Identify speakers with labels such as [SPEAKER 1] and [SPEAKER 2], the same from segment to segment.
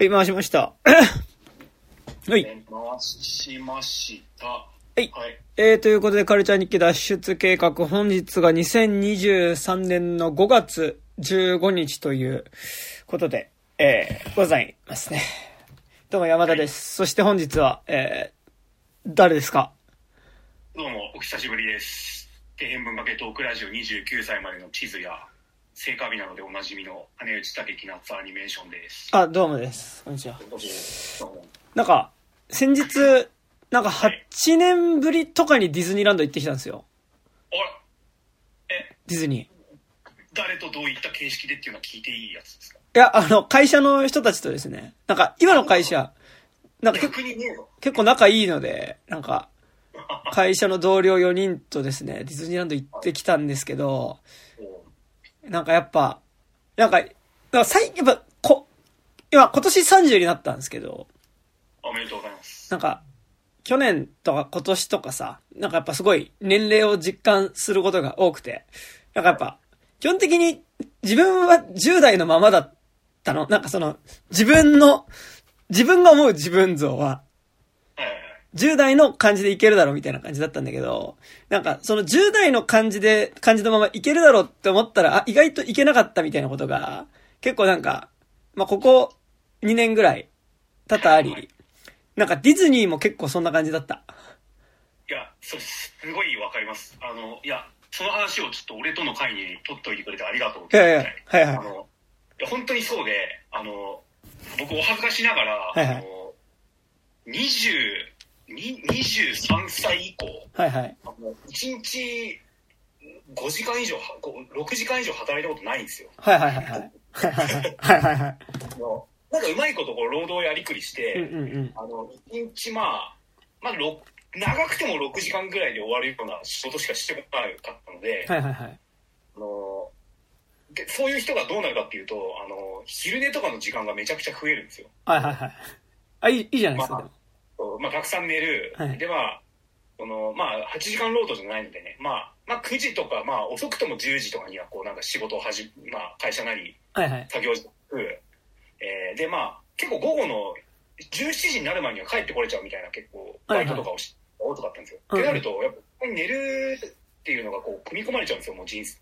[SPEAKER 1] はい、回しました。 はい。
[SPEAKER 2] え回しました。はい
[SPEAKER 1] えー、ということで、カルチャー日記脱出計画、本日が2023年の5月15日ということで、えー、ございますね。どうも山田です。そして本日は、えー、誰ですか
[SPEAKER 2] どうも、お久しぶりです。底辺文化系トークラジオ29歳までの地図や、聖火日などでおなじみの羽内竹木夏アニメーションです。
[SPEAKER 1] あ、どうもです。こんにちは。
[SPEAKER 2] どうもどうも
[SPEAKER 1] なんか、先日、なんか8年ぶりとかにディズニーランド行ってきたんですよ。
[SPEAKER 2] あら、
[SPEAKER 1] ディズニー。
[SPEAKER 2] 誰とどういった形式でっていうのは聞いていいやつですか
[SPEAKER 1] いや、あの、会社の人たちとですね、なんか、今の会社、なんか結構
[SPEAKER 2] 逆にねえよ。
[SPEAKER 1] 結構仲いいので、なんか、会社の同僚4人とですね、ディズニーランド行ってきたんですけど、
[SPEAKER 2] もう
[SPEAKER 1] なんかやっぱ、なんか、なんか最、やっぱ、こ、今、今年30になったんですけど、
[SPEAKER 2] おめでとうございます。
[SPEAKER 1] なんか、去年とか今年とかさ、なんかやっぱすごい年齢を実感することが多くて、なんかやっぱ、基本的に自分は10代のままだったの。なんかその、自分の、自分が思う自分像は、
[SPEAKER 2] はいはい
[SPEAKER 1] 10代の感じでいけるだろうみたいな感じだったんだけど、なんかその10代の感じで、感じのままいけるだろうって思ったら、あ、意外といけなかったみたいなことが、結構なんか、まあ、ここ2年ぐらい多々あり、なんかディズニーも結構そんな感じだった。
[SPEAKER 2] いや、そうすごいわかります。あの、いや、その話をちょっと俺との会に取っといてくれてありがとう
[SPEAKER 1] いやいや、はい
[SPEAKER 2] あ
[SPEAKER 1] はい。
[SPEAKER 2] のいや本当にそうであの僕お恥ずかしながら、
[SPEAKER 1] いはい
[SPEAKER 2] あの20に23歳以降
[SPEAKER 1] はいはい。
[SPEAKER 2] あの1日5時間以上こう6時間以上働いたことないんですよ
[SPEAKER 1] はいはいはいはい。はいはいはいはい。
[SPEAKER 2] あのなんかうまいことこう労働をやりくりして、
[SPEAKER 1] うんうんうん。
[SPEAKER 2] あの1日まあ、まあ、ろ長くても6時間ぐらいで終わるような仕事しかしてこなかったので、
[SPEAKER 1] はいはいはい。
[SPEAKER 2] あのでそういう人がどうなるかっていうとあの昼寝とかの時間がめちゃくちゃ増えるんですよ
[SPEAKER 1] はいはいはい。あ、いい、いいじゃないですか。
[SPEAKER 2] まあまあ、たくさん寝る、
[SPEAKER 1] はい
[SPEAKER 2] でまあそのまあ8時間労働じゃないのでね、まあ、まあ9時とか、まあ、遅くとも10時とかにはこうなんか仕事をはじ、まあ、会社なり
[SPEAKER 1] でもはいはい。
[SPEAKER 2] 作業時間、えーでまあ結構午後の17時になる前には帰ってこれちゃうみたいな結構
[SPEAKER 1] はい
[SPEAKER 2] バ
[SPEAKER 1] はい
[SPEAKER 2] イトとかをし、多かったんですよ。っ
[SPEAKER 1] うん
[SPEAKER 2] てなるとやっぱり寝るっていうのがこう組み込まれちゃうんですよもう人生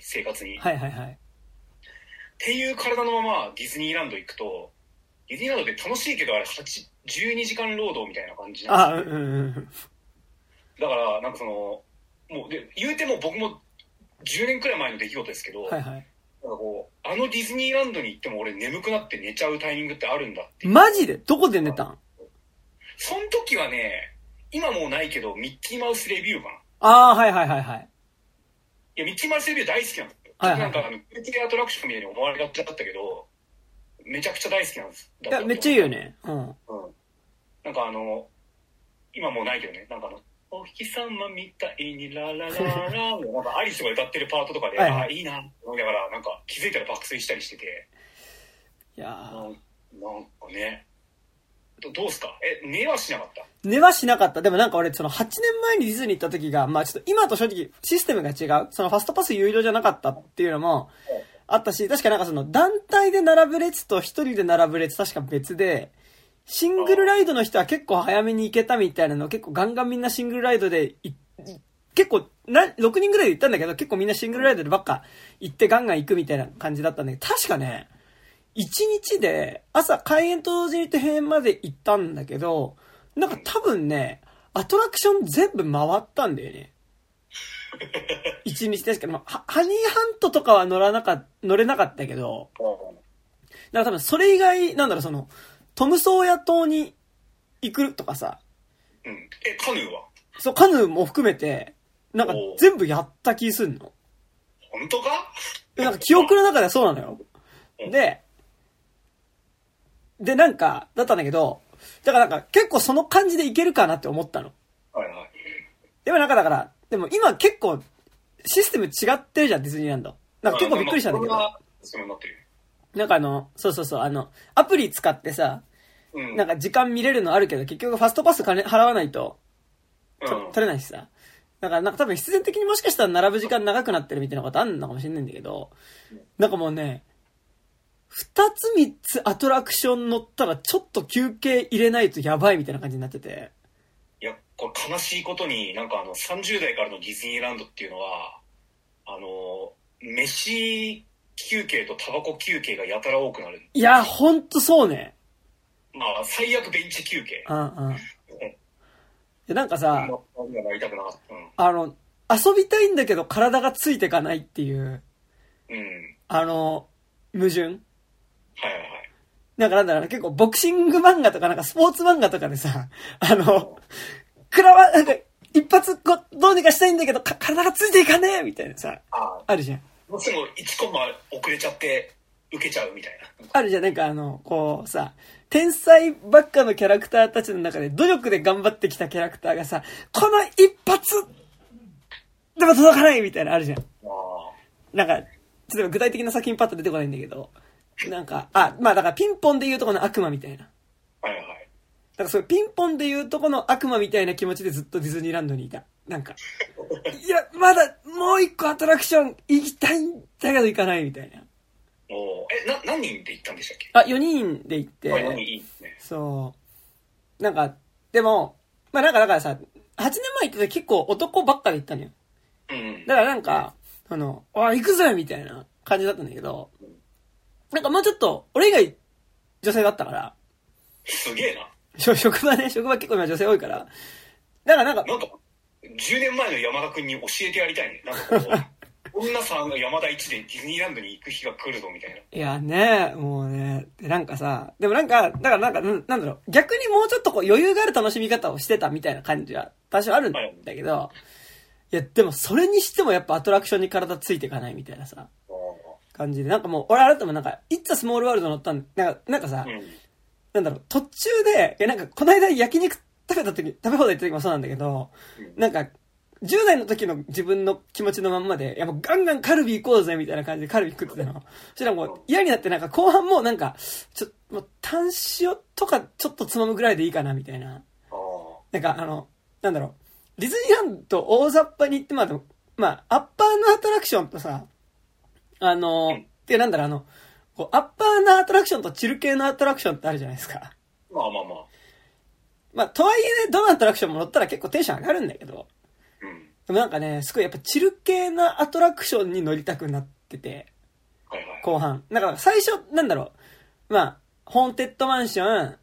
[SPEAKER 2] 生活に。
[SPEAKER 1] はいはいはい。
[SPEAKER 2] っていう体のままディズニーランド行くとディズニーランドって楽しいけどあれ8 12時間労働みたいな感じなんですよ
[SPEAKER 1] あ、うんうんうん。
[SPEAKER 2] だから、なんかその、もう、で、言うても僕も10年くらい前の出来事ですけど、
[SPEAKER 1] はいはい。
[SPEAKER 2] なんかこう、あのディズニーランドに行っても俺眠くなって寝ちゃうタイミングってあるんだっていう。
[SPEAKER 1] マジでどこで寝たん
[SPEAKER 2] その時はね、今もうないけど、ミッキーマウスレビューかな。い
[SPEAKER 1] ああ、はいはいはいはい。
[SPEAKER 2] や、ミッキーマウスレビュー大好きなんですよ。
[SPEAKER 1] はいはい
[SPEAKER 2] なんかあの、空気アトラクションみたいに思われがちだったけど、めちゃくちゃ大好きなんです。
[SPEAKER 1] いや、めっちゃいいよね。うん。
[SPEAKER 2] うんなんかあの、今もうないけどね、なんかあの、お日様みたいにラララ ラの、なんかアリスが歌ってるパートとかで、
[SPEAKER 1] はいはい
[SPEAKER 2] あ、いいなって思いながら、なんか気づいたら爆睡したりしてて、
[SPEAKER 1] いや
[SPEAKER 2] なん
[SPEAKER 1] ー
[SPEAKER 2] なんかね、どどうすかえ、寝はしなかった
[SPEAKER 1] 寝はしなかった。でもなんか俺、その8年前にディズニー行った時が、まあちょっと今と正直システムが違う。そのファストパス有料じゃなかったっていうのもあったし、確かなんかその団体で並ぶ列と一人で並ぶ列確か別で、シングルライドの人は結構早めに行けたみたいなの結構ガンガンみんなシングルライドで行結構な、6人ぐらいで行ったんだけど、結構みんなシングルライドでばっか行ってガンガン行くみたいな感じだったんだけど、確かね、1日で朝開園と同時に手編まで行ったんだけど、なんか多分ね、アトラクション全部回ったんだよね。1日ですけど、まあハハニーハントとかは乗らなか、乗れなかったけど、だから多分それ以外、なんだろう、その、トムソーヤ島に行くとかさ、
[SPEAKER 2] うん。え、カヌーは
[SPEAKER 1] そう、カヌーも含めて、なんか
[SPEAKER 2] おう
[SPEAKER 1] 全部やった気すんの。
[SPEAKER 2] 本当か
[SPEAKER 1] でなんか記憶の中ではそうなのよ。で、で、なんか、だったんだけど、だからなんか結構その感じでいけるかなって思ったの。
[SPEAKER 2] はいはい。
[SPEAKER 1] でもなんかだから、でも今結構システム違ってるじゃん、ディズニーランド。なんか結構びっくりしたんだけ
[SPEAKER 2] まあま
[SPEAKER 1] ど。
[SPEAKER 2] あこれがそのになってる。
[SPEAKER 1] なんかあの、そうそうそう、あの、アプリ使ってさ、
[SPEAKER 2] うん。
[SPEAKER 1] なんか時間見れるのあるけど、結局ファストパス金払わないと
[SPEAKER 2] うん、
[SPEAKER 1] と取れないしさ。だからなんか多分必然的にもしかしたら並ぶ時間長くなってるみたいなことあんのかもしれないんだけど、なんかもうね、二つ三つアトラクション乗ったらちょっと休憩入れないとやばいみたいな感じになってて。
[SPEAKER 2] いや、これ悲しいことに、なんかあの、30代からのディズニーランドっていうのは、あの、飯休憩とタバコ休憩がやたら多くなる。
[SPEAKER 1] いや、ほんとそうね。
[SPEAKER 2] まあ、最悪ベンチ休憩。
[SPEAKER 1] うんうん。
[SPEAKER 2] うん
[SPEAKER 1] でなんか
[SPEAKER 2] あ
[SPEAKER 1] さ
[SPEAKER 2] んま、りなりたくなかった。うん
[SPEAKER 1] あの、遊びたいんだけど体がついてかないっていう、
[SPEAKER 2] うん。
[SPEAKER 1] あの、矛盾
[SPEAKER 2] はいはいはい。
[SPEAKER 1] なんかなんだろうな、結構ボクシング漫画とかなんかスポーツ漫画とかでさ、あの、くらわ、なんか一発こうどうにかしたいんだけどか体がついていかねえみたいなさ、
[SPEAKER 2] あ
[SPEAKER 1] あるじゃん。
[SPEAKER 2] あ、すぐ1コマ遅れちゃって、受けちゃうみたいな。
[SPEAKER 1] あるじゃん、なんかあの、こうさ、天才ばっかのキャラクターたちの中で努力で頑張ってきたキャラクターがさ、この一発でも届かないみたいなのあるじゃん。
[SPEAKER 2] あ
[SPEAKER 1] なんか、例えば具体的な作品パッと出てこないんだけど、なんか、あ、まあだからピンポンで言うとこの悪魔みたいな。
[SPEAKER 2] あ、はいは
[SPEAKER 1] だ
[SPEAKER 2] い。
[SPEAKER 1] からそういうピンポンで言うとこの悪魔みたいな気持ちでずっとディズニーランドにいた。なんか、いや、まだもう一個アトラクション行きたいんだけど行かないみたいな。
[SPEAKER 2] おーえ、な、何人で行ったんでしたっけ
[SPEAKER 1] あ、4人で行って、
[SPEAKER 2] あ何いいですね。
[SPEAKER 1] そう。なんか、でも、まあなんかだからさ、8年前行った時結構男ばっかで行ったのよ。
[SPEAKER 2] うん。
[SPEAKER 1] だからなんか、あの、あ、行くぜみたいな感じだったんだけど、なんかもうちょっと、俺以外女性だったから、
[SPEAKER 2] すげえな。
[SPEAKER 1] しょ職場ね、職場結構今女性多いから、だからなんか、
[SPEAKER 2] なんか、10年前の山田君に教えてやりたいね。なんかこ う、女さんが山田一でディズニーランドに行く日が来るぞみたいな。
[SPEAKER 1] いやね、もうね、でなんかさ、でもなんか、だからなんか、なんなんだろう、逆にもうちょっとこう余裕がある楽しみ方をしてたみたいな感じは多少あるんだけど、いや、でもそれにしてもやっぱアトラクションに体ついていかないみたいなさ、感じで、なんかもう、俺改めてなんか、いっつスモールワールド乗ったんなんか、なんかさ
[SPEAKER 2] う、ん。
[SPEAKER 1] なんだろう、途中で、いやなんか、この間焼肉食べた時、食べ放題行った時もそうなんだけど、
[SPEAKER 2] うん
[SPEAKER 1] なんか、10代の時の自分の気持ちのまんまで、いやもうガンガンカルビ行こうぜみたいな感じでカルビ食ってたの。そしたらもう嫌になってなんか後半もうなんか、ちょ、もう単塩とかちょっとつまむぐらいでいいかなみたいな。
[SPEAKER 2] ああ。
[SPEAKER 1] なんかあの、なんだろう、ディズニーランド大雑把に行って、まあでも、まあ、アッパーのアトラクションとさ、あの、
[SPEAKER 2] うん
[SPEAKER 1] ってなんだろう、あの、こう、アッパーのアトラクションとチル系のアトラクションってあるじゃないですか。
[SPEAKER 2] まあまあまあ。
[SPEAKER 1] まあ、とはいえね、どのアトラクションも乗ったら結構テンション上がるんだけど、
[SPEAKER 2] うん。
[SPEAKER 1] でもなんかね、すごいやっぱチル系なアトラクションに乗りたくなってて、
[SPEAKER 2] はいはい。
[SPEAKER 1] 後半。だから最初、なんだろう、まあ、ホーンテッドマンション、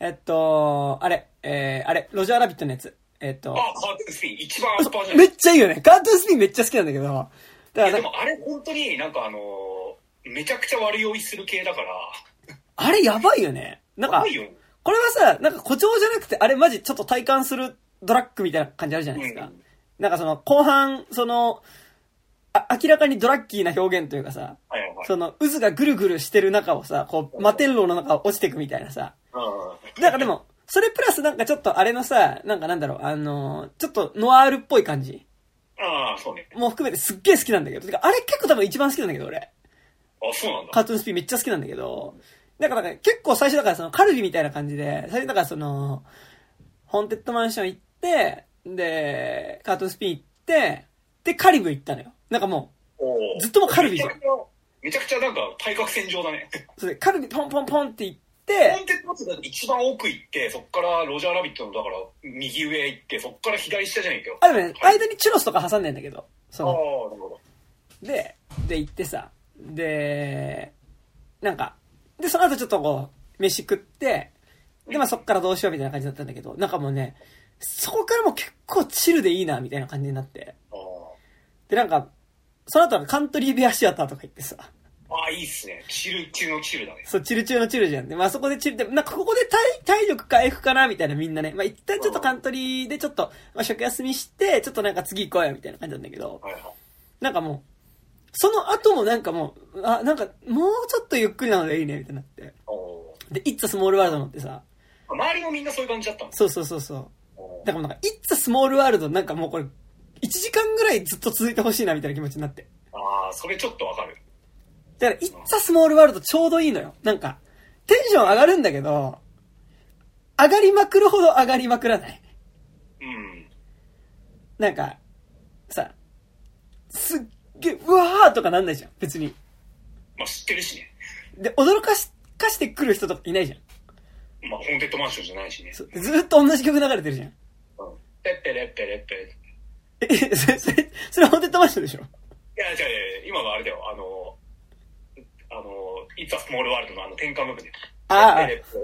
[SPEAKER 1] えっと、あれ、えー、あれ、ロジャーラビットのやつ。えっと、
[SPEAKER 2] あ、カートゥーンスピン、一番アッパーじゃな
[SPEAKER 1] め
[SPEAKER 2] い
[SPEAKER 1] っちゃいいよね。カートゥーンスピンめっちゃ好きなんだけど。だから
[SPEAKER 2] いや
[SPEAKER 1] な
[SPEAKER 2] で
[SPEAKER 1] んか、
[SPEAKER 2] もあれ本当になんかあのーめちゃくちゃ悪酔いする系だから、
[SPEAKER 1] あれやばいよね。なん
[SPEAKER 2] や
[SPEAKER 1] か
[SPEAKER 2] ばい、よ。
[SPEAKER 1] これはさ、なんか誇張じゃなくて、あれマジちょっと体感するドラッグみたいな感じあるじゃないですか。
[SPEAKER 2] うん
[SPEAKER 1] なんかその、後半、その、あ明らかにドラッキーな表現というかさ、
[SPEAKER 2] はいはいはい。
[SPEAKER 1] その、渦がぐるぐるしてる中をさ、こう、摩天楼の中を落ちていくみたいなさ。
[SPEAKER 2] うん
[SPEAKER 1] なんかでも、それプラスなんかちょっとあれのさ、なんかなんだろう、あのーちょっとノワールっぽい感じ
[SPEAKER 2] ああ、そうね。
[SPEAKER 1] も含めてすっげえ好きなんだけど、てかあれ結構多分一番好きなんだけど俺。
[SPEAKER 2] あ、そうなん
[SPEAKER 1] カ
[SPEAKER 2] だ。
[SPEAKER 1] ートゥーンスピンめっちゃ好きなんだけど、なんかなんか結構最初だからそのカルビみたいな感じで、最初だからその、ホーンテッドマンション行って、で、カートゥーンスピン行って、で、カリブ行ったのよ。なんかも
[SPEAKER 2] おー
[SPEAKER 1] ずっともうカルビじゃん
[SPEAKER 2] めちゃくちゃめちゃくちゃなんか対角線上だね。
[SPEAKER 1] う、それでカルビポンポンポンって行っ
[SPEAKER 2] コ
[SPEAKER 1] て、
[SPEAKER 2] ンテンツまず一番奥行って、そこからロジャーラビットの、だから、右上行って、そこから左下じゃないかよ。
[SPEAKER 1] あ、でもね、
[SPEAKER 2] はい
[SPEAKER 1] 間にチュロスとか挟んでんだけど、そ
[SPEAKER 2] ああ、な
[SPEAKER 1] の、
[SPEAKER 2] るほど。
[SPEAKER 1] で、で行ってさ、で、なんか、で、その後ちょっとこう、飯食って、で、まあそっからどうしようみたいな感じだったんだけど、なんかもうね、そこからもう結構チルでいいな、みたいな感じになって。で、なんか、その後はカントリーベアシアターとか行ってさ、
[SPEAKER 2] ああ、ああいいっすね。チル中のチルだね。
[SPEAKER 1] そう、チル中のチルじゃん。で、まあそこでチルって、なんかここで体体力回復かなみたいなみんなね。まあ一旦ちょっとカントリーでちょっと、まあ食休みして、ちょっとなんか次行こうよみたいな感じなんだけど、
[SPEAKER 2] はいはい。
[SPEAKER 1] なんかもう、その後もなんかもう、あ、なんかもうちょっとゆっくりなのでいいねみたいになって。
[SPEAKER 2] お
[SPEAKER 1] で、イッツ・スモールワールド乗ってさ、
[SPEAKER 2] 周りもみんなそういう感じだったんです。
[SPEAKER 1] そうそうそうそう。
[SPEAKER 2] おー
[SPEAKER 1] だからもうなんか、イッツ・スモールワールドなんかもうこれ、1時間ぐらいずっと続いてほしいなみたいな気持ちになって。
[SPEAKER 2] ああ、それちょっとわかる。
[SPEAKER 1] だから、イッツ・スモールワールドちょうどいいのよ。なんか、テンション上がるんだけど、上がりまくるほど上がりまくらない。
[SPEAKER 2] うん。
[SPEAKER 1] なんか、さ、すっげえ、うわーとかなんないじゃん、別に。
[SPEAKER 2] まあ、知ってるしね。
[SPEAKER 1] で、驚かし、かしてくる人とかいないじゃん。
[SPEAKER 2] まあ、ホーンテッドマンションじゃないしね。
[SPEAKER 1] そうずーっと同じ曲流れてるじゃん。
[SPEAKER 2] うん。ペッペレッペレッペレ。い
[SPEAKER 1] え、それ、 それ、それホーンテッドマンションでしょ
[SPEAKER 2] や、違う違う、今のあれだよ、あの、あの、It's a Small World のあの転換部分で。
[SPEAKER 1] ああ
[SPEAKER 2] ペレッペ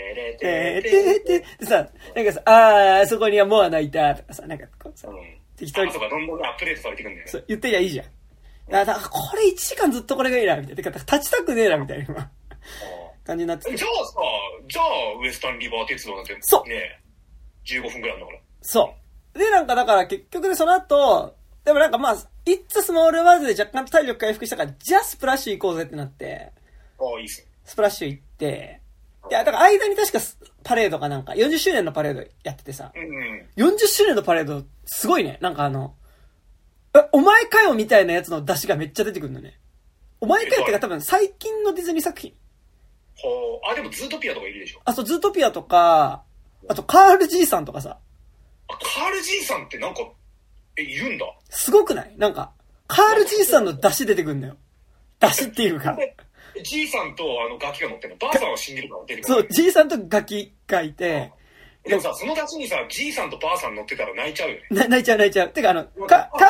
[SPEAKER 2] レッペレッペ
[SPEAKER 1] えー、
[SPEAKER 2] レッペ
[SPEAKER 1] て
[SPEAKER 2] レッ
[SPEAKER 1] ーてーでさ、なんかさ、あー、そこにはモア泣いた、とかさ、なんかこうさ
[SPEAKER 2] う、ん。
[SPEAKER 1] 適当に
[SPEAKER 2] あ、そうか、どんどんアップデートされていくんだよね。
[SPEAKER 1] そう、言ってりゃいいじゃん。だから、これ1時間ずっとこれがいいな、みたいな。てか、立ちたくねえな、みたいな 今
[SPEAKER 2] う
[SPEAKER 1] 感じになって
[SPEAKER 2] ん
[SPEAKER 1] て。
[SPEAKER 2] じゃあさ、じゃあ、ウエスタンリバー鉄道なんて、
[SPEAKER 1] そう
[SPEAKER 2] ね15分くらいあるんだから。
[SPEAKER 1] そう。で、なんかだから結局でその後、でもなんかまあ、いっつスモールワールドで若干体力回復したから、じゃあスプラッシュ行こうぜってなって、
[SPEAKER 2] ああ、いいっすね。
[SPEAKER 1] スプラッシュ行って、で、だから間に確かスパレードかなんか、40周年のパレードやっててさ、
[SPEAKER 2] うんうん。
[SPEAKER 1] 40周年のパレード、すごいね。なんかあの、え、お前かよみたいなやつの出汁がめっちゃ出てくるのね。お前かよってか多分最近のディズニー作品。
[SPEAKER 2] ほう。あ、でも、ズートピアとかいるでしょ。
[SPEAKER 1] あと、ズートピアとか、あと、カール爺さんとかさ、
[SPEAKER 2] あ、カール爺さんってなんか、え、いるんだ。
[SPEAKER 1] すごくないなんか、カール爺さんの出汁出てくるんだよ。出汁っていうか。
[SPEAKER 2] でじいさんとあのガキが乗ってるのばあさんは死んでるから出てくる
[SPEAKER 1] そう、爺さんとガキがいて、
[SPEAKER 2] でもさその立ちにさじいさんとばあさん乗ってたら泣いちゃうよね
[SPEAKER 1] な泣いちゃう泣いちゃう。てか、あの、かカ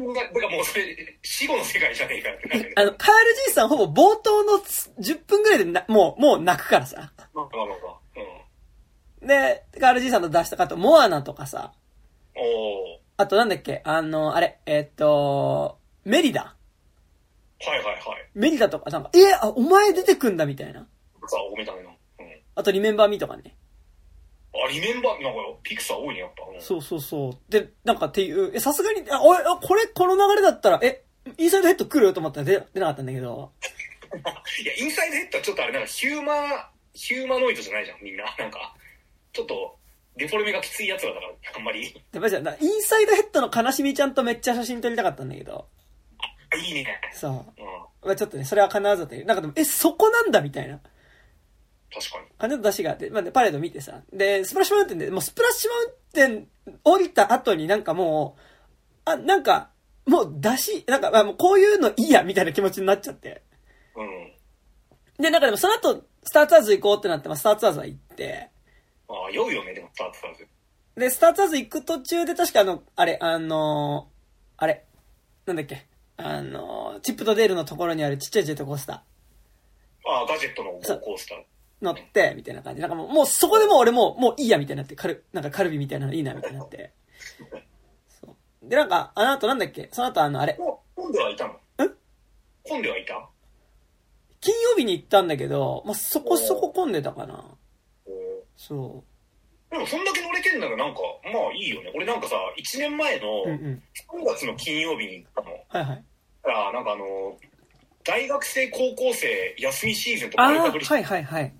[SPEAKER 1] ール、
[SPEAKER 2] だからもうそれ死後の世界じゃねえかってなるよね
[SPEAKER 1] あの、カール爺さんほぼ冒頭の10分ぐらいでな、もう、もう泣くからさ。
[SPEAKER 2] まあまあまあまあうん
[SPEAKER 1] で、カール爺さんの出汁とか、あと、モアナとかさ、
[SPEAKER 2] お
[SPEAKER 1] あとなんだっけ、あの、あれ、えっと、メリダ。
[SPEAKER 2] ーはいはいはい
[SPEAKER 1] メリダとか、なんか、え、あ、お前出てくんだみたいな。
[SPEAKER 2] さあおめたねな、うん、
[SPEAKER 1] あと、リメンバーミーとかね。
[SPEAKER 2] あリメンバーなんかピクサー多いねやっぱ、うん、
[SPEAKER 1] そうそうそう。で、なんかっていう、え、さすがに、あ、おい、あこれ、この流れだったら、え、インサイドヘッド来ると思ったら出出なかったんだけど、
[SPEAKER 2] いやインサイドヘッドはちょっとあれなんかヒューマヒューマノイドじゃないじゃんみんななんかちょっとデフォルメがきついやつらだからあんまり
[SPEAKER 1] やっぱりじゃあなインサイドヘッドの悲しみちゃんとめっちゃ写真撮りたかったんだけど、
[SPEAKER 2] あいいね
[SPEAKER 1] そう。
[SPEAKER 2] うん
[SPEAKER 1] まあちょっとね、それは必ずだったけど、なんかでも、え、そこなんだみたいな
[SPEAKER 2] 確かに
[SPEAKER 1] 感じの出しがあって、まあね、パレード見てさ。で、スプラッシュマウンテンで、もうスプラッシュマウンテン降りた後になんかもう、あ、なんか、もう出し、なんか、まあもうこういうのいいや、みたいな気持ちになっちゃって。
[SPEAKER 2] うん
[SPEAKER 1] で、なんかでもその後、スターツアーズ行こうってなって、まあスターツアーズは行って、
[SPEAKER 2] ああ酔うよねでもスタートされて
[SPEAKER 1] で、スターツアーズ行く途中で確かあの、あれ、あのーあれ、なんだっけ、あのーチップとデールのところにあるちっちゃいジェットコースタ
[SPEAKER 2] ああ、ガジェットのゴーコースター。
[SPEAKER 1] ー乗って、みたいな感じ。なんかもう、もうそこでもう俺もう、もういいや、みたいになって、カル、なんかカルビみたいなのいいな、みたいになって。そう。で、なんか、あの後なんだっけ、その後あの、あれ、
[SPEAKER 2] お本ではいたの
[SPEAKER 1] え
[SPEAKER 2] 本ではいた
[SPEAKER 1] 金曜日に行ったんだけど、まあ、そこそこ混んでたかな。そ
[SPEAKER 2] でもそんだけ乗れてんならなんか、まあいいよね。俺なんかさ、1年前の
[SPEAKER 1] う。うんうん。
[SPEAKER 2] 3月の金曜日に行ったの。
[SPEAKER 1] はいはい。
[SPEAKER 2] だからなんかあの、大学生、高校生、休みシーズンと
[SPEAKER 1] あ
[SPEAKER 2] か
[SPEAKER 1] あ
[SPEAKER 2] 追いかぶりし
[SPEAKER 1] ー、
[SPEAKER 2] て、
[SPEAKER 1] はいはいはい。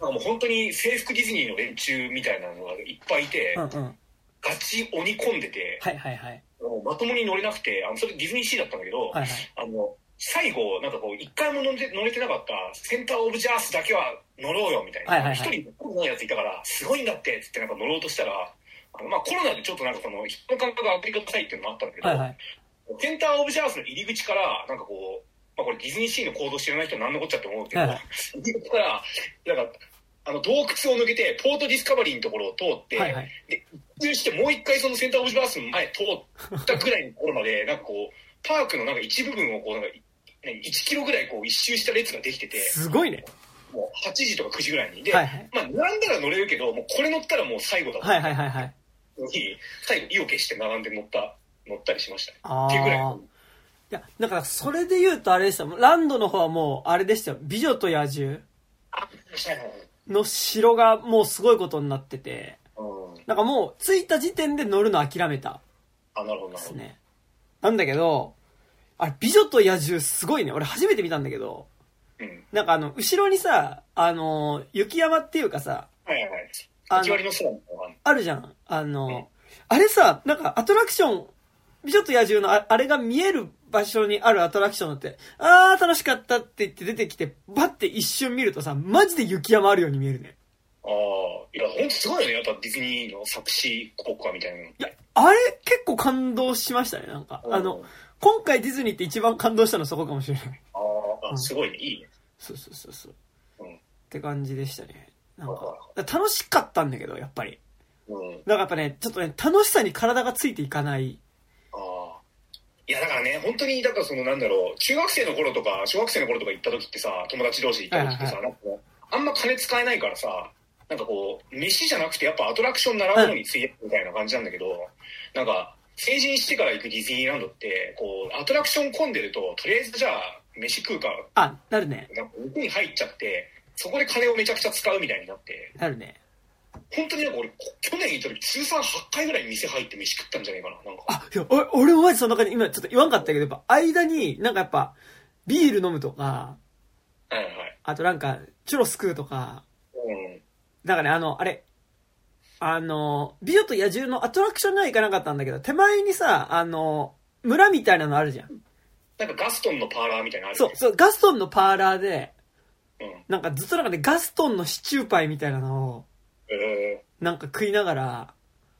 [SPEAKER 2] なんかもう本当に制服ディズニーの連中みたいなのがいっぱいいて、
[SPEAKER 1] うんうん。
[SPEAKER 2] ガチ鬼込んでて、
[SPEAKER 1] はいはいはい。
[SPEAKER 2] もうまともに乗れなくて、あの、それディズニーシーだったんだけど、
[SPEAKER 1] はいはい。
[SPEAKER 2] あの、最後、なんかこう、一回も乗れて乗れてなかった、センターオブジャースだけは乗ろうよ、みたい
[SPEAKER 1] はいはいは
[SPEAKER 2] な。
[SPEAKER 1] い
[SPEAKER 2] 一、人、コロナのやついたから、すごいんだって、つってなんか乗ろうとしたら、あのまあコロナでちょっとなんかその、人の感覚がアプリくださいっていうのもあったんだけど、
[SPEAKER 1] はいはい。
[SPEAKER 2] センターオブジャースの入り口から、なんかこう、まあこれディズニーシーの行動知らない人は何のこっちゃって思うけど、
[SPEAKER 1] はいはい
[SPEAKER 2] 入り口から、なんか、あの、洞窟を抜けて、ポートディスカバリーのところを通って、
[SPEAKER 1] はいはい。
[SPEAKER 2] 一周してもう一回そのセンターオブジャースの前通ったぐらいの頃までなんかこうパークのなんか一部分をこうなんか1キロぐらいこう一周した列ができてて
[SPEAKER 1] すごいね。
[SPEAKER 2] もう8時とか9時ぐらいにで、
[SPEAKER 1] はいはい。
[SPEAKER 2] まあ並んだら乗れるけどもうこれ乗ったらもう最後だと
[SPEAKER 1] はいはいはいはい。
[SPEAKER 2] 思って最後意を決して並んで乗った乗ったりしましたね
[SPEAKER 1] あ
[SPEAKER 2] っていうぐらい
[SPEAKER 1] あ。いや、だからそれで言うとあれでした。ランドの方はもうあれでしたよ。美女と野獣の城がもうすごいことになってて、
[SPEAKER 2] うん
[SPEAKER 1] なんかもう着いた時点で乗るの諦めた
[SPEAKER 2] あなるほど
[SPEAKER 1] で
[SPEAKER 2] なる
[SPEAKER 1] す
[SPEAKER 2] ほど
[SPEAKER 1] ね。なんだけど、あれ美女と野獣すごいね。俺初めて見たんだけど、
[SPEAKER 2] うん
[SPEAKER 1] なんかあの、後ろにさ、あの、雪山っていうかさ、
[SPEAKER 2] はいはい
[SPEAKER 1] あの
[SPEAKER 2] 8割の空の方が
[SPEAKER 1] あるじゃん。あ
[SPEAKER 2] うん
[SPEAKER 1] の、あれさ、なんかアトラクション、美女と野獣のああれが見える場所にあるアトラクションだって、あー楽しかったって言って出てきて、バッて一瞬見るとさ、マジで雪山あるように見えるね。
[SPEAKER 2] ああいや本当すごいよねやっぱディズニーの作詞国歌みたいなの
[SPEAKER 1] いや、あれ結構感動しましたね、なんか。あの、今回ディズニーって一番感動したのそこかもしれない。
[SPEAKER 2] あー
[SPEAKER 1] う
[SPEAKER 2] あ
[SPEAKER 1] ん
[SPEAKER 2] すごいねいいね
[SPEAKER 1] そうそうそうそう。
[SPEAKER 2] うん
[SPEAKER 1] って感じでしたね。なんか、だから楽しかったんだけど、やっぱり。
[SPEAKER 2] うん。
[SPEAKER 1] だからやっぱね、ちょっとね、楽しさに体がついていかない。
[SPEAKER 2] ああ。いや、だからね、本当に、だからその、なんだろう、中学生の頃とか、小学生の頃とか行った時ってさ、友達同士行った時ってさ、
[SPEAKER 1] は
[SPEAKER 2] なんかこうあんま金使えないからさ、なんかこう、飯じゃなくてやっぱアトラクション並ぶのについてみたいな感じなんだけど、なんか、成人してから行くディズニーランドって、こう、アトラクション混んでると、とりあえずじゃあ、飯食うか、
[SPEAKER 1] あ、なるね。
[SPEAKER 2] なんか奥に入っちゃって、そこで金をめちゃくちゃ使うみたいになって、
[SPEAKER 1] なるね。
[SPEAKER 2] 本当になんか俺、こ去年行った時、通算8回ぐらい店入って飯食ったんじゃないかな、なんか。
[SPEAKER 1] あ、いや、俺、俺もマジその中で今ちょっと言わんかったけど、やっぱ間になんかやっぱ、ビール飲むとか、
[SPEAKER 2] はいはい。
[SPEAKER 1] あとなんか、チュロス食うとか、
[SPEAKER 2] うん。
[SPEAKER 1] だからね、あの、あれ、あの、美女と野獣のアトラクションには行かなかったんだけど、手前にさ、あの、村みたいなのあるじゃん。
[SPEAKER 2] なんかガストンのパーラーみたいなのある
[SPEAKER 1] そ
[SPEAKER 2] よ
[SPEAKER 1] う
[SPEAKER 2] ね、
[SPEAKER 1] そう、ガストンのパーラーで、
[SPEAKER 2] う。ん。
[SPEAKER 1] なんかずっとなんかね、ガストンのシチューパイみたいなのを、
[SPEAKER 2] え
[SPEAKER 1] なんか食いながら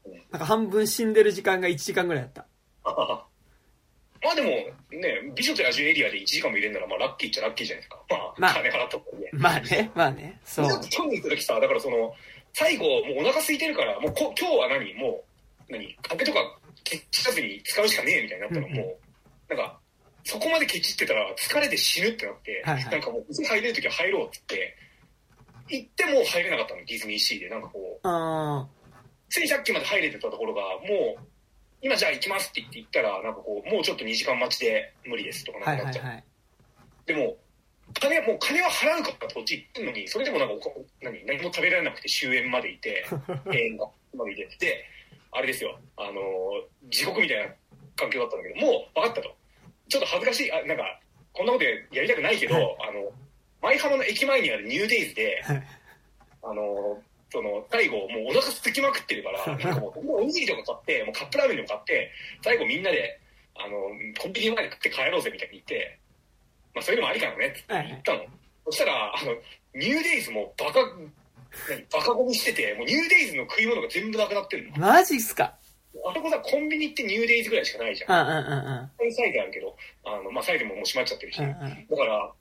[SPEAKER 2] うん、
[SPEAKER 1] なんか半分死んでる時間が1時間ぐらいだった。
[SPEAKER 2] ー、まあでも、ね、美女と野獣エリアで1時間も入れるなら、まあラッキーっちゃラッキーじゃないですか。ま
[SPEAKER 1] まあ
[SPEAKER 2] あ、金払ったもんね。
[SPEAKER 1] まあね、まあね、そう。
[SPEAKER 2] なんか去年行った時さ、だからその、最後、もうお腹空いてるから、もうこ今日は何もう、何壁とかケチらずに使うしかねえみたいになったら、
[SPEAKER 1] うんうん
[SPEAKER 2] もう、なんか、そこまでケチってたら疲れて死ぬってなって、
[SPEAKER 1] はいはい
[SPEAKER 2] なんかもう、店入れる時は入ろうって言って、行ってもう入れなかったの、ディズニーシーで。なんかこう、
[SPEAKER 1] あ
[SPEAKER 2] 1100機まで入れてたところが、もう、今じゃあ行きますって言って行ったら、なんかこう、もうちょっと2時間待ちで無理ですとか
[SPEAKER 1] ー
[SPEAKER 2] な
[SPEAKER 1] はい
[SPEAKER 2] んかな
[SPEAKER 1] は
[SPEAKER 2] っ
[SPEAKER 1] い
[SPEAKER 2] ちゃう。
[SPEAKER 1] はい。
[SPEAKER 2] でも、金は、もう金は払うからこっち行ってんのに、それでもなんかおか、何、何も食べられなくて終焉までい て、永遠がまでいて、で、あれですよ、あのー地獄みたいな環境だったんだけど、もう分かったと。ちょっと恥ずかしい、あ、なんか、こんなことやりたくないけど、
[SPEAKER 1] は
[SPEAKER 2] あの、舞浜の駅前にあるニューデイズで、
[SPEAKER 1] はい
[SPEAKER 2] あの、その、大悟、もうお腹すきまくってる から、なんかもう、もうおにぎりとか買って、もうカップラーメンでも買って、大悟みんなで、あの、コンビニまで食って帰ろうぜみたいに言って、まあ、そういうのもありかもねって言ったの。そしたら、あの、ニューデイズもバカ、何バカゴミしてて、もうニューデイズの食い物が全部なくなってるの。
[SPEAKER 1] マジっすか
[SPEAKER 2] あそこさ、コンビニってニューデイズぐらいしかないじゃん。
[SPEAKER 1] うんうんうん
[SPEAKER 2] ここにサイズあるけど、あの、まあ、サイズももう閉まっちゃってるし。
[SPEAKER 1] うん。うん
[SPEAKER 2] だから、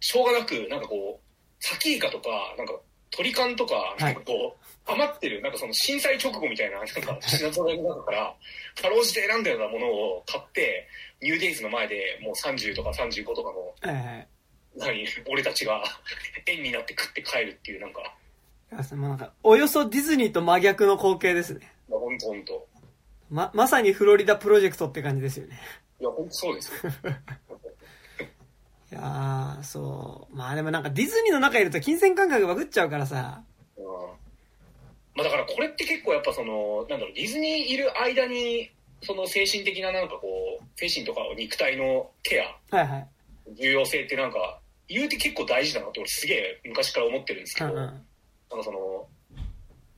[SPEAKER 2] しょうがなく、なんかこう、サキイカとか、なんか、鳥缶とか、
[SPEAKER 1] い
[SPEAKER 2] なんかこう、余ってる、なんかその震災直後みたいな、なんか品揃えの中から、かろうじて選んだようなものを買って、ニューデイズの前でもう30とか35とか
[SPEAKER 1] う
[SPEAKER 2] の、
[SPEAKER 1] ん。はいはい。
[SPEAKER 2] 何、 俺たちが円になって食って帰るっていう、なんか、
[SPEAKER 1] いやそのなんか、およそディズニーと真逆の光景ですね。
[SPEAKER 2] まあ、ほんとほんと。
[SPEAKER 1] ま、まさにフロリダプロジェクトって感じですよね。
[SPEAKER 2] いや、ほんとそうですよ。
[SPEAKER 1] いやー、そう。まあでもなんかディズニーの中いると金銭感覚バグっちゃうからさ。
[SPEAKER 2] うんまあだからこれって結構やっぱその、なんだろう、ディズニーいる間に、その精神的ななんかこう、精神とか肉体のケア、
[SPEAKER 1] はいはい。
[SPEAKER 2] 重要性ってなんか、言うて結構大事だなって俺すげえ昔から思ってるんですけ
[SPEAKER 1] うん
[SPEAKER 2] ど、
[SPEAKER 1] う
[SPEAKER 2] なん
[SPEAKER 1] ん。
[SPEAKER 2] かその、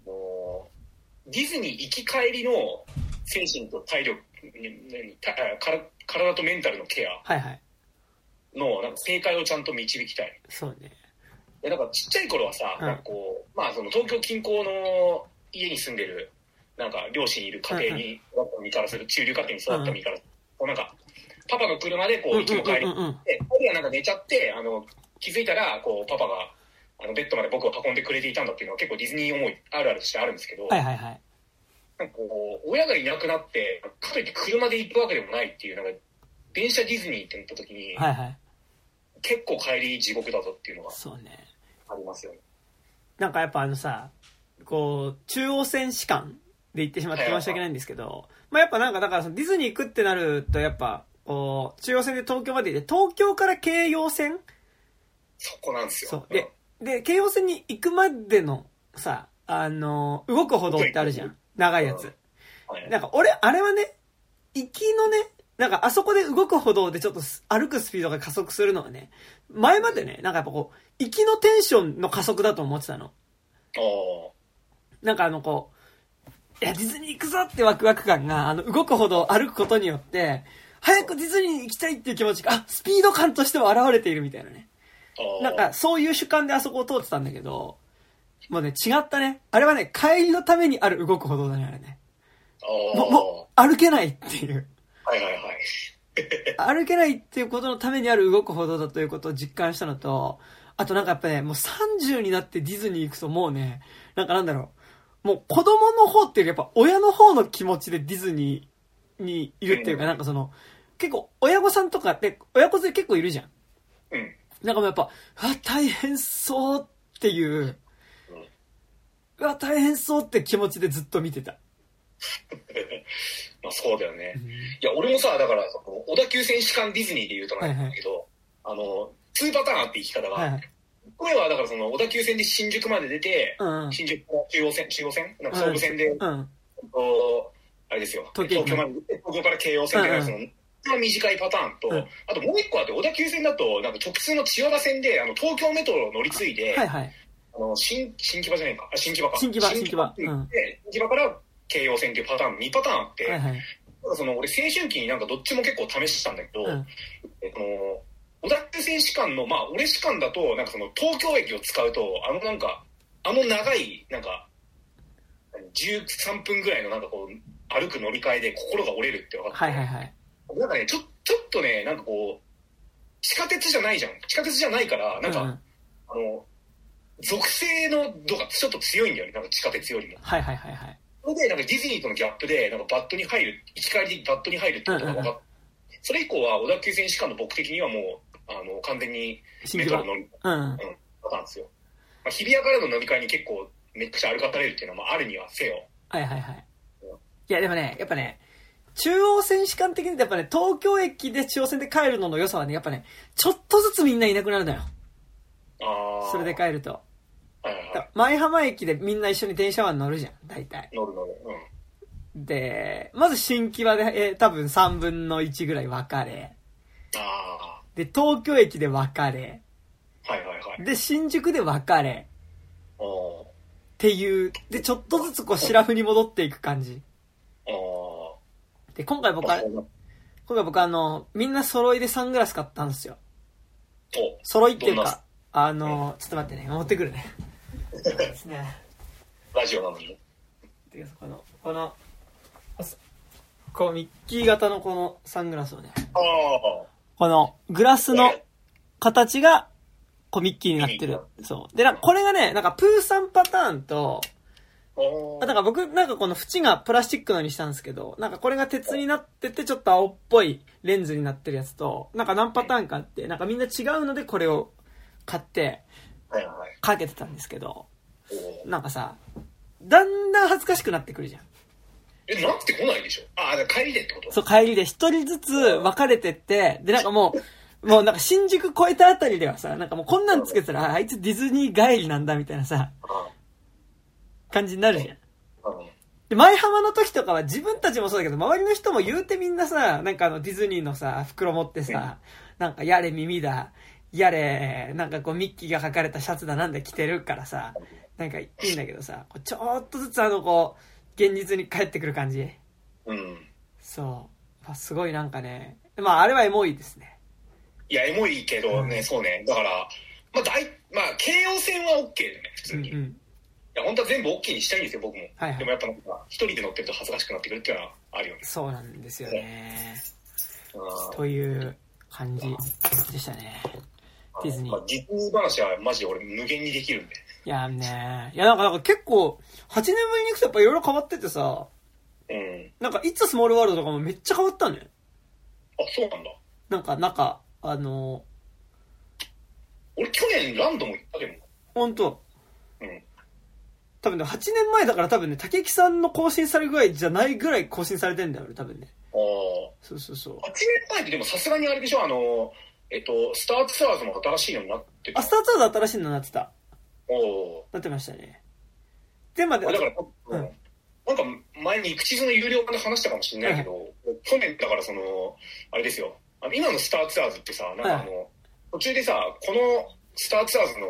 [SPEAKER 2] もうディズニー行き帰りの精神と体力、ねたから体とメンタルのケア
[SPEAKER 1] はいはい。
[SPEAKER 2] のなんか正解をちゃんと導きたい。
[SPEAKER 1] そうね。
[SPEAKER 2] でなんかちっちゃい頃はさ、
[SPEAKER 1] うん
[SPEAKER 2] なんかこう、まあその東京近郊の家に住んでる、なんか両親いる家庭に、育った身からする、中流家庭に育った身からする、こうなんか、パパが車でこ
[SPEAKER 1] うん
[SPEAKER 2] う、
[SPEAKER 1] う
[SPEAKER 2] 行きも
[SPEAKER 1] ん
[SPEAKER 2] 帰り
[SPEAKER 1] う
[SPEAKER 2] も
[SPEAKER 1] んうん。
[SPEAKER 2] で、彼がなんか寝ちゃって、あの、気づいたら、こう、パパが、あの、ベッドまで僕を運んでくれていたんだっていうのは結構ディズニー思いあるあるとしてあるんですけど、
[SPEAKER 1] はいはいはい。
[SPEAKER 2] なんかこう、親がいなくなって、かといって車で行くわけでもないっていう、なんか、電車ディズニーってなった時に、
[SPEAKER 1] はいはい。
[SPEAKER 2] 結構帰り地獄だぞっていうのが
[SPEAKER 1] そうね。
[SPEAKER 2] ありますよね。
[SPEAKER 1] なんかやっぱあのさ、こう、中央線士官で行ってしまって申し訳ないんですけど、まあやっぱなんかだからそのディズニー行くってなるとやっぱ、こう、中央線で東京まで行って、東京から京葉線
[SPEAKER 2] そこなんですよ。
[SPEAKER 1] そう。で、で、京葉線に行くまでのさ、あの、動く歩道ってあるじゃん。長いやつ。
[SPEAKER 2] うんはい
[SPEAKER 1] なんか俺、あれはね、行きのね、なんかあそこで動く歩道でちょっとす歩くスピードが加速するのはね、前までね、なんかやっぱこう、行きのテンションの加速だと思ってたの。
[SPEAKER 2] お
[SPEAKER 1] なんかあのこう、いや、ディズニー行くぞってワクワク感が、あの、動くほど歩くことによって、早くディズニーに行きたいっていう気持ちが、あ、スピード感としても現れているみたいなね。
[SPEAKER 2] ーおー
[SPEAKER 1] なんか、そういう主観であそこを通ってたんだけど、もうね、違ったね。あれはね、帰りのためにある動く歩道だね、あれね。
[SPEAKER 2] おー
[SPEAKER 1] もう、もう、歩けないっていう。
[SPEAKER 2] はいはいはい。
[SPEAKER 1] 歩けないっていうことのためにある動く歩道だということを実感したのと、あとなんかやっぱね、もう30になってディズニー行くともうね、なんかなんだろう。もう子供の方っていうかやっぱ親の方の気持ちでディズニーにいるっていうか、
[SPEAKER 2] うん
[SPEAKER 1] なんかその、結構親御さんとかって、親子連れ結構いるじゃん。
[SPEAKER 2] うん。
[SPEAKER 1] なんかもうやっぱ、うわ、大変そうっていう、うわ、大変そうって気持ちでずっと見てた。
[SPEAKER 2] まあそうだよね。いや、俺もさ、だから、その小田急線士間ディズニーで言うとなんだけど、あの、2パターンあって生き方が、
[SPEAKER 1] はい。
[SPEAKER 2] 声はだからその小田急線で新宿まで出て、
[SPEAKER 1] うん。
[SPEAKER 2] 新宿の中央線、中央線なんか総武線で、
[SPEAKER 1] うん。
[SPEAKER 2] こうあれですよ、
[SPEAKER 1] 東京
[SPEAKER 2] 東京まで出て、東京から京葉線で、
[SPEAKER 1] うんうん
[SPEAKER 2] その、一番短いパターンと、
[SPEAKER 1] うん
[SPEAKER 2] あともう一個あって、小田急線だと、なんか直通の千代田線で、あの、東京メトロを乗り継いで、
[SPEAKER 1] はいはい。
[SPEAKER 2] あの新新木場じゃないか、あ新木場か。
[SPEAKER 1] 新木場
[SPEAKER 2] 新木場で新木場から京葉線っていうパターン、2パターンあって、
[SPEAKER 1] はいはい。
[SPEAKER 2] ただその俺青春期になんかどっちも結構試してたんだけど、
[SPEAKER 1] うん
[SPEAKER 2] えっと小田急線士間のまあ俺士間だとなんかその東京駅を使うとあのなんかあの長いなんか13分ぐらいのなんかこう歩く乗り換えで心が折れるって分かっ
[SPEAKER 1] は
[SPEAKER 2] て、
[SPEAKER 1] いはいはい。
[SPEAKER 2] なんかねちょちょっとねなんかこう地下鉄じゃないじゃん地下鉄じゃないからなんか、
[SPEAKER 1] うんうん
[SPEAKER 2] あの属性の度がちょっと強いんだよねなんか地下鉄よりも
[SPEAKER 1] はいはいはいはい。
[SPEAKER 2] それでなんかディズニーとのギャップでなんかバットに入る行き帰りでバットに入るってことが分かっ
[SPEAKER 1] うんうん
[SPEAKER 2] それ以降は小田急線士官の僕的にはもうあの完全に
[SPEAKER 1] 新
[SPEAKER 2] メ
[SPEAKER 1] 木
[SPEAKER 2] ト
[SPEAKER 1] 場
[SPEAKER 2] ロ。乗り
[SPEAKER 1] うん。
[SPEAKER 2] だったんですよ、まあ、日比谷からの乗り換えに結構めっちゃ歩かされるっていうのはまああるにはせよ
[SPEAKER 1] はいはいはい。いや、でもね、やっぱね、中央線士官的にやっぱね、東京駅で中央線で帰るのの良さはね、やっぱね、ちょっとずつみんないなくなるのよ。
[SPEAKER 2] ああ
[SPEAKER 1] それで帰ると。
[SPEAKER 2] はいはいは
[SPEAKER 1] 舞浜駅でみんな一緒に電車は乗るじゃん、大体。
[SPEAKER 2] い乗る乗るうん
[SPEAKER 1] で、まず新木場で、えー多分3分の1ぐらい分かれ。
[SPEAKER 2] あ
[SPEAKER 1] で、東京駅で分かれ。
[SPEAKER 2] あはいはいはい
[SPEAKER 1] で、新宿で分かれ。
[SPEAKER 2] あー
[SPEAKER 1] っていう。で、ちょっとずつこう、シラフに戻っていく感じ。
[SPEAKER 2] あー
[SPEAKER 1] で、今回僕
[SPEAKER 2] まあ
[SPEAKER 1] は、
[SPEAKER 2] そうだ
[SPEAKER 1] 今回僕あの、みんな揃いでサングラス買ったんですよ。
[SPEAKER 2] と
[SPEAKER 1] 揃いっていう
[SPEAKER 2] どんな
[SPEAKER 1] か、あの、ちょっと待ってね、持ってくるね。ですね。
[SPEAKER 2] ラジオなのに
[SPEAKER 1] てかこの、この、あそこう、ミッキー型のこのサングラスをね、
[SPEAKER 2] ああ
[SPEAKER 1] この、グラスの形が、こう、ミッキーになって
[SPEAKER 2] ミッキーに
[SPEAKER 1] る
[SPEAKER 2] なっ。
[SPEAKER 1] そう。で、なんかこれがね、なんか、プーさんパターンと、
[SPEAKER 2] あー
[SPEAKER 1] あだから僕、なんかこの縁がプラスチックのにしたんですけど、なんかこれが鉄になってて、ちょっと青っぽいレンズになってるやつと、なんか何パターンかあって、なんかみんな違うのでこれを買って、
[SPEAKER 2] はいはい
[SPEAKER 1] かけてたんですけど、
[SPEAKER 2] おー
[SPEAKER 1] なんかさ、だんだん恥ずかしくなってくるじゃん。
[SPEAKER 2] えなってこないでしょああ帰りでってこと
[SPEAKER 1] そう、帰りで一人ずつ分かれてって、で、なんかもう、もうなんか新宿越えたあたりではさ、なんかもうこんなんつけてたら、ああいつディズニー帰りなんだみたいなさ、
[SPEAKER 2] あ
[SPEAKER 1] 感じになるじゃん。
[SPEAKER 2] ーあの
[SPEAKER 1] で、前浜の時とかは自分たちもそうだけど、周りの人も言うてみんなさ、なんかあのディズニーのさ、袋持ってさ、なんかやれ耳だ、やれ、なんかこうミッキーが書かれたシャツだなんで着てるからさ、なんかいいんだけどさ、こうちょっとずつあのこう、現実に帰ってくる感じ。
[SPEAKER 2] うん
[SPEAKER 1] そう。まあ、すごいなんかね、まああれはエモいですね。
[SPEAKER 2] いや、エモいけどね、
[SPEAKER 1] うん
[SPEAKER 2] そうね。だから、まあ、大、まあ、京葉線は OK だよね、普
[SPEAKER 1] う
[SPEAKER 2] 通
[SPEAKER 1] ん
[SPEAKER 2] に。
[SPEAKER 1] う
[SPEAKER 2] い
[SPEAKER 1] ん。
[SPEAKER 2] や、本当は全部 OK にしたいんですよ、僕も。
[SPEAKER 1] はいはい
[SPEAKER 2] でもやっぱなんか、一人で乗ってると恥ずかしくなってくるっていうのはあるよね。
[SPEAKER 1] そうなんですよね。
[SPEAKER 2] うん
[SPEAKER 1] という感じでしたね。ディズニー
[SPEAKER 2] まあ、ディズニー話はマジで俺無限にできるんで。
[SPEAKER 1] いやね、いやなんかなんか結構、8年ぶりに行くとやっぱいろいろ変わっててさ、
[SPEAKER 2] うん。
[SPEAKER 1] なんか、いつスモールワールドとかもめっちゃ変わったね。
[SPEAKER 2] あ、そうなんだ。
[SPEAKER 1] なんか、なんか、あの
[SPEAKER 2] 俺、去年ランドも行ったけどな。
[SPEAKER 1] ー、ほんと、
[SPEAKER 2] うん。
[SPEAKER 1] 多分ね、8年前だから多分ね、竹木さんの更新されるぐらいじゃないぐらい更新されてんだよ、俺多分ね。
[SPEAKER 2] あ
[SPEAKER 1] そうそうそう。
[SPEAKER 2] あ。8年前ってでもさすがにあれでしょ、あの、えっと、スターツアーズも新しいのになってる
[SPEAKER 1] あ、スターツアーズ新しいのなってた。
[SPEAKER 2] おお
[SPEAKER 1] なってましたね。で、まあ、で
[SPEAKER 2] ー。あだから、
[SPEAKER 1] う
[SPEAKER 2] うんん。なんか前に口の有料版で話したかもしれないけど、去年だからその、あれですよ、あの今のスターツアーズってさ、なんかあの、途中でさ、このスターツアーズの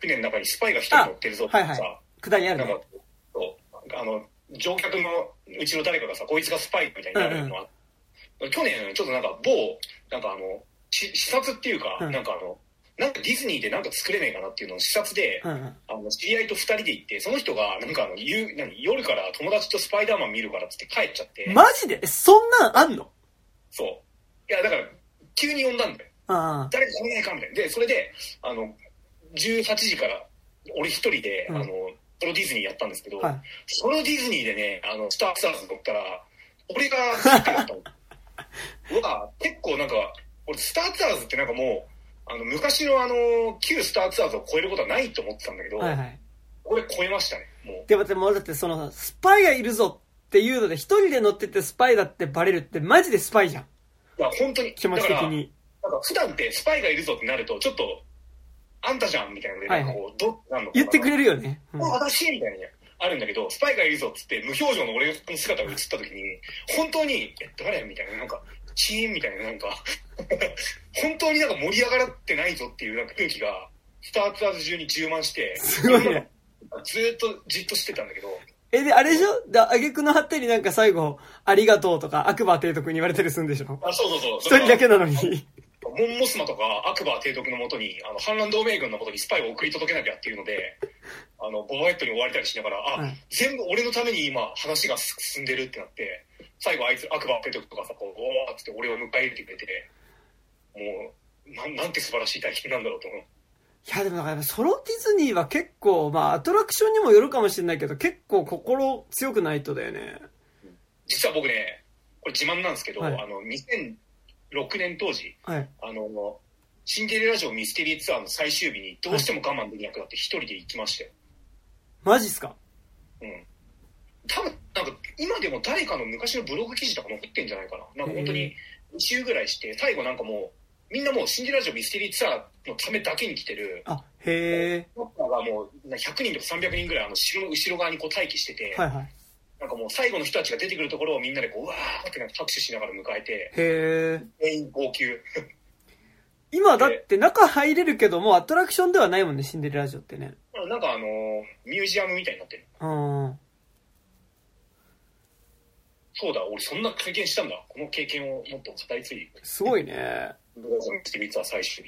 [SPEAKER 2] 船の中にスパイが一人乗ってるぞって
[SPEAKER 1] はい
[SPEAKER 2] さ、
[SPEAKER 1] は下りあ
[SPEAKER 2] な
[SPEAKER 1] る
[SPEAKER 2] んか
[SPEAKER 1] ね。
[SPEAKER 2] そうあの、乗客のうちの誰かがさ、こいつがスパイみたいになるのは、去年ちょっとなんか某、なんかあの、し視察っていうか、
[SPEAKER 1] うん
[SPEAKER 2] なんかあの、なんかディズニーでなんか作れないかなっていうのを視察で、
[SPEAKER 1] うんうん。
[SPEAKER 2] あの知り合いと2人で行ってその人がなんかあの夕何夜から友達とスパイダーマン見るからっつって帰っちゃって、
[SPEAKER 1] マジでえそんなんあんの
[SPEAKER 2] そういやだから急に呼んだんだよ
[SPEAKER 1] あ
[SPEAKER 2] 誰か来ないかみたいなでそれであの18時から、俺一人で、
[SPEAKER 1] うん
[SPEAKER 2] あの、プロディズニーやったんですけど、
[SPEAKER 1] はい
[SPEAKER 2] そのディズニーでね、あの、スター・スターズ乗ったら、俺がシックだったの。うわ、結構なんか、俺、スター・ツアーズってなんかもう、あの、昔のあの、旧スター・ツアーズを超えることはないと思ってたんだけど、
[SPEAKER 1] はいはい。
[SPEAKER 2] 俺超えましたね、も
[SPEAKER 1] でも、でも、だってその、スパイがいるぞっていうので、一人で乗っててスパイだってバレるって、マジでスパイじゃん。
[SPEAKER 2] う。いや、本当に。
[SPEAKER 1] 気持ち的
[SPEAKER 2] だから
[SPEAKER 1] に。
[SPEAKER 2] なんか普段ってスパイがいるぞってなると、ちょっと、あんたじゃんみたいなので、なんかこう、どうなんのかな
[SPEAKER 1] 言ってくれるよね。うん
[SPEAKER 2] これ私みたいにあるんだけど、スパイがいるぞっつって、無表情の俺の姿が映った時に、本当に、え、誰みたいな、なんか、チーンみたいな、なんか、 本当になんか盛り上がってないぞっていうなんか空気が、スターツアーズ中に充満して、
[SPEAKER 1] すごいね。
[SPEAKER 2] ずーっとじっとしてたんだけど、
[SPEAKER 1] え、で、あれでしょで、あげくの果てになんか最後、ありがとうとか、悪魔提督に言われたりするんでしょ
[SPEAKER 2] あ、そうそうそ
[SPEAKER 1] 一
[SPEAKER 2] う。
[SPEAKER 1] 人だけなのに。
[SPEAKER 2] モンモスマとか悪魔提督のもとに、あの、反乱同盟軍のもとにスパイを送り届けなきゃっていうので、あの、ボバヘッドに追われたりしながら、あ、
[SPEAKER 1] はい
[SPEAKER 2] 全部俺のために今話が進んでるってなって、最後あいつ悪魔提督とかさ、こう、おーっつって俺を迎え入れてくれて、もう、なんなんて素晴らしい体験なんだろうと思う。
[SPEAKER 1] いや、でもだからやっぱソロディズニーは結構、まあ、アトラクションにもよるかもしれないけど、結構心強くないとだよね。
[SPEAKER 2] 実は僕ね、これ自慢なんですけど、
[SPEAKER 1] はい
[SPEAKER 2] あの、2006年当時、
[SPEAKER 1] はい。
[SPEAKER 2] あの、シンデレラ城ミステリーツアーの最終日にどうしても我慢できなくなって一人で行きましたよ。
[SPEAKER 1] マジっすか
[SPEAKER 2] うん多分なんか今でも誰かの昔のブログ記事とか残ってんじゃないかななんか本当
[SPEAKER 1] へ
[SPEAKER 2] に2週ぐらいして最後なんかもうみんなもうシンデレラ城ミステリーツアーのためだけに来てる
[SPEAKER 1] あ、へ
[SPEAKER 2] ロッカーがもう100人とか300人ぐらいあの城の後ろ側にこう待機してて、
[SPEAKER 1] え。はいはい。
[SPEAKER 2] なんかもう最後の人たちが出てくるところをみんなでこううわーってなんか拍手しながら迎えて
[SPEAKER 1] へえ。
[SPEAKER 2] 全員号泣
[SPEAKER 1] 今だって中入れるけども、アトラクションではないもんね、シンデレラ城ってね。
[SPEAKER 2] なんかあのーミュージアムみたいになってる
[SPEAKER 1] うん。
[SPEAKER 2] そうだ俺そんな経験したんだこの経験をもっと語り継いで
[SPEAKER 1] すごいね。
[SPEAKER 2] ブログのミステリーツアー最終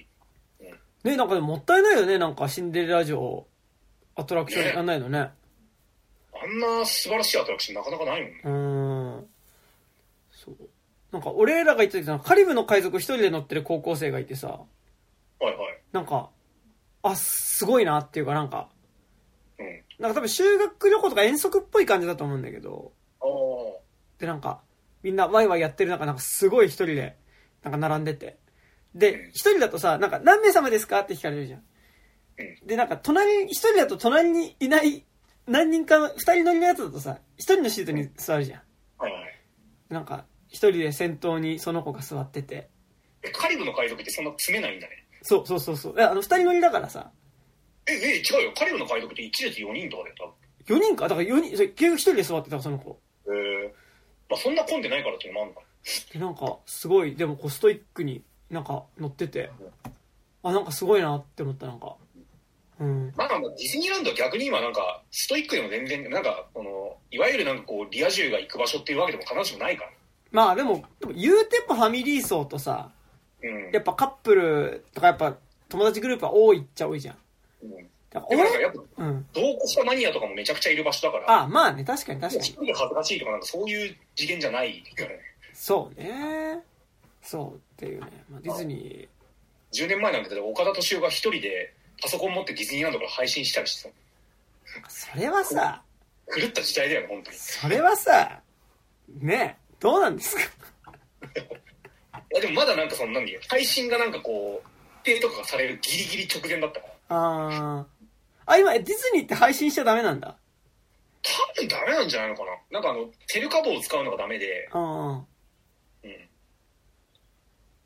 [SPEAKER 2] 日
[SPEAKER 1] ね、なんかでももったいないよね、なんかシンデレラ城、アトラクションやんないのね。
[SPEAKER 2] あんな素晴らしいアトラクションなかなかないもんね
[SPEAKER 1] うーん。そう。なんか俺らが行った時さ、カリブの海賊一人で乗ってる高校生がいてさ、
[SPEAKER 2] はいはい
[SPEAKER 1] なんか、あ、すごいなっていうかなんか、
[SPEAKER 2] うん。
[SPEAKER 1] なんか多分修学旅行とか遠足っぽい感じだと思うんだけど、
[SPEAKER 2] ああ。
[SPEAKER 1] でなんか、みんなワイワイやってる中、なんかすごい一人で、なんか並んでて。で、一人だとさ、なんか何名様ですかって聞かれるじゃん。で、なんか隣に、一人だと隣にいない、何人かの、二人乗りのやつだとさ、一人のシートに座るじゃん。
[SPEAKER 2] はいはい。
[SPEAKER 1] なんか、一人で先頭にその子が座ってて。
[SPEAKER 2] え、カリブの海賊ってそんな詰めないんだね。
[SPEAKER 1] そうそうそうそう。えあの、二人乗りだからさ、
[SPEAKER 2] え、え、違うよ。カリブの海賊って1列4人とかだよ、
[SPEAKER 1] 4人かだから4人、それ結局一人で座ってたからその子。
[SPEAKER 2] 多分。へえ。まあそんな混んでないからっていうのもあんのか
[SPEAKER 1] で、なんか、すごい、でもこうストイックになんか乗ってて、あ、なんかすごいなって思った、なんか。うん。
[SPEAKER 2] な。まあまあディズニーランドは逆に今なんか、ストイックでも全然、なんか、この、いわゆるなんかこう、リア充が行く場所っていうわけでも必ずしもないから。
[SPEAKER 1] まあでも、でも言うてやっぱファミリー層とさ、
[SPEAKER 2] うん。
[SPEAKER 1] やっぱカップルとかやっぱ友達グループは多いっちゃ多いじゃん。
[SPEAKER 2] うん
[SPEAKER 1] だか
[SPEAKER 2] で
[SPEAKER 1] ら
[SPEAKER 2] もなんか
[SPEAKER 1] 俺
[SPEAKER 2] やっぱ、
[SPEAKER 1] うん。
[SPEAKER 2] 同行したマニアとかもめちゃくちゃいる場所だから、
[SPEAKER 1] あ、まあね、確かに確か
[SPEAKER 2] 一
[SPEAKER 1] に。
[SPEAKER 2] 人で恥ずかしいとかなんかそういう次元じゃないからね。
[SPEAKER 1] そうね。そうっていうね。まあ、ディズニー。
[SPEAKER 2] 10年前なんかだけど、岡田敏夫が一人でパソコン持ってディズニーランドから配信したりしてた。
[SPEAKER 1] それはさ、
[SPEAKER 2] 狂った時代だよね、本当に。
[SPEAKER 1] それはさ、ねえ、どうなんですか
[SPEAKER 2] いやでもまだなんかその何配信がなんかこう、定とかがされるギリギリ直前だったから。
[SPEAKER 1] あー。あ、今、えディズニーって配信しちゃダメなんだ。
[SPEAKER 2] 多分ダメなんじゃないのかななんかあの、テルカボを使うのがダメで、
[SPEAKER 1] うん。
[SPEAKER 2] うん。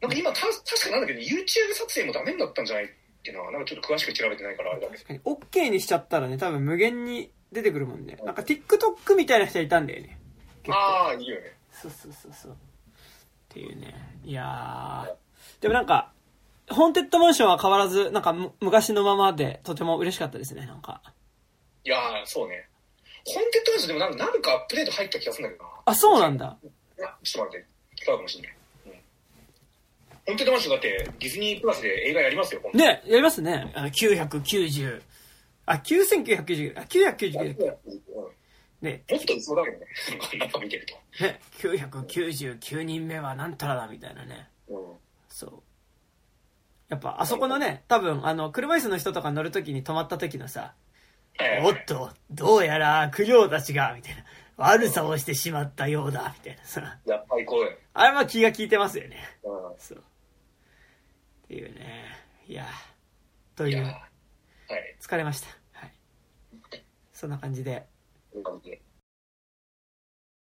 [SPEAKER 2] なんか今、た確かなんだけど、YouTube 撮影もダメになったんじゃないっていうのは、なんかちょっと詳しく調べてないからあれだけど。
[SPEAKER 1] 確かに、OK にしちゃったらね、多分無限に出てくるもんね。なんか TikTok みたいな人いたんだよね。結構
[SPEAKER 2] ああ、いいよね。
[SPEAKER 1] そうそうそうそう。っていうね。いやー。でもなんか、ホーンテッドマンションは変わらず、なんかむ昔のままでとても嬉しかったですね、なんか。
[SPEAKER 2] いやー、そうね。コンテンツでもなんかなんかアップデート入った気がするんだけどな。
[SPEAKER 1] あ、そうなんだ。
[SPEAKER 2] いや、ちょっと待って、違うかもしれない。うん。コンテンツマンションだって、ディズニープラスで映画やりますよ、今度。
[SPEAKER 1] ね、やりますね。あの、990。あ、9990。あ、999。
[SPEAKER 2] うん
[SPEAKER 1] ね、
[SPEAKER 2] もっといそうだけどね。なんか見てると。
[SPEAKER 1] ね、999人目はなんたらだみたいなね。
[SPEAKER 2] うん
[SPEAKER 1] そう。やっぱ、あそこのね、多分、あの、車椅子の人とか乗るときに止まった時のさ、
[SPEAKER 2] はい
[SPEAKER 1] おっと、どうやら、苦行たちが、みたいな、悪さをしてしまったようだ、みたいなさ、
[SPEAKER 2] やっぱりこうだよ、
[SPEAKER 1] あれは気が利いてますよね。
[SPEAKER 2] う
[SPEAKER 1] そう。っていうね、いや、と
[SPEAKER 2] ん、い
[SPEAKER 1] い
[SPEAKER 2] や
[SPEAKER 1] う
[SPEAKER 2] は、い
[SPEAKER 1] 疲れました。はい。そんな感じで、
[SPEAKER 2] こんな感じで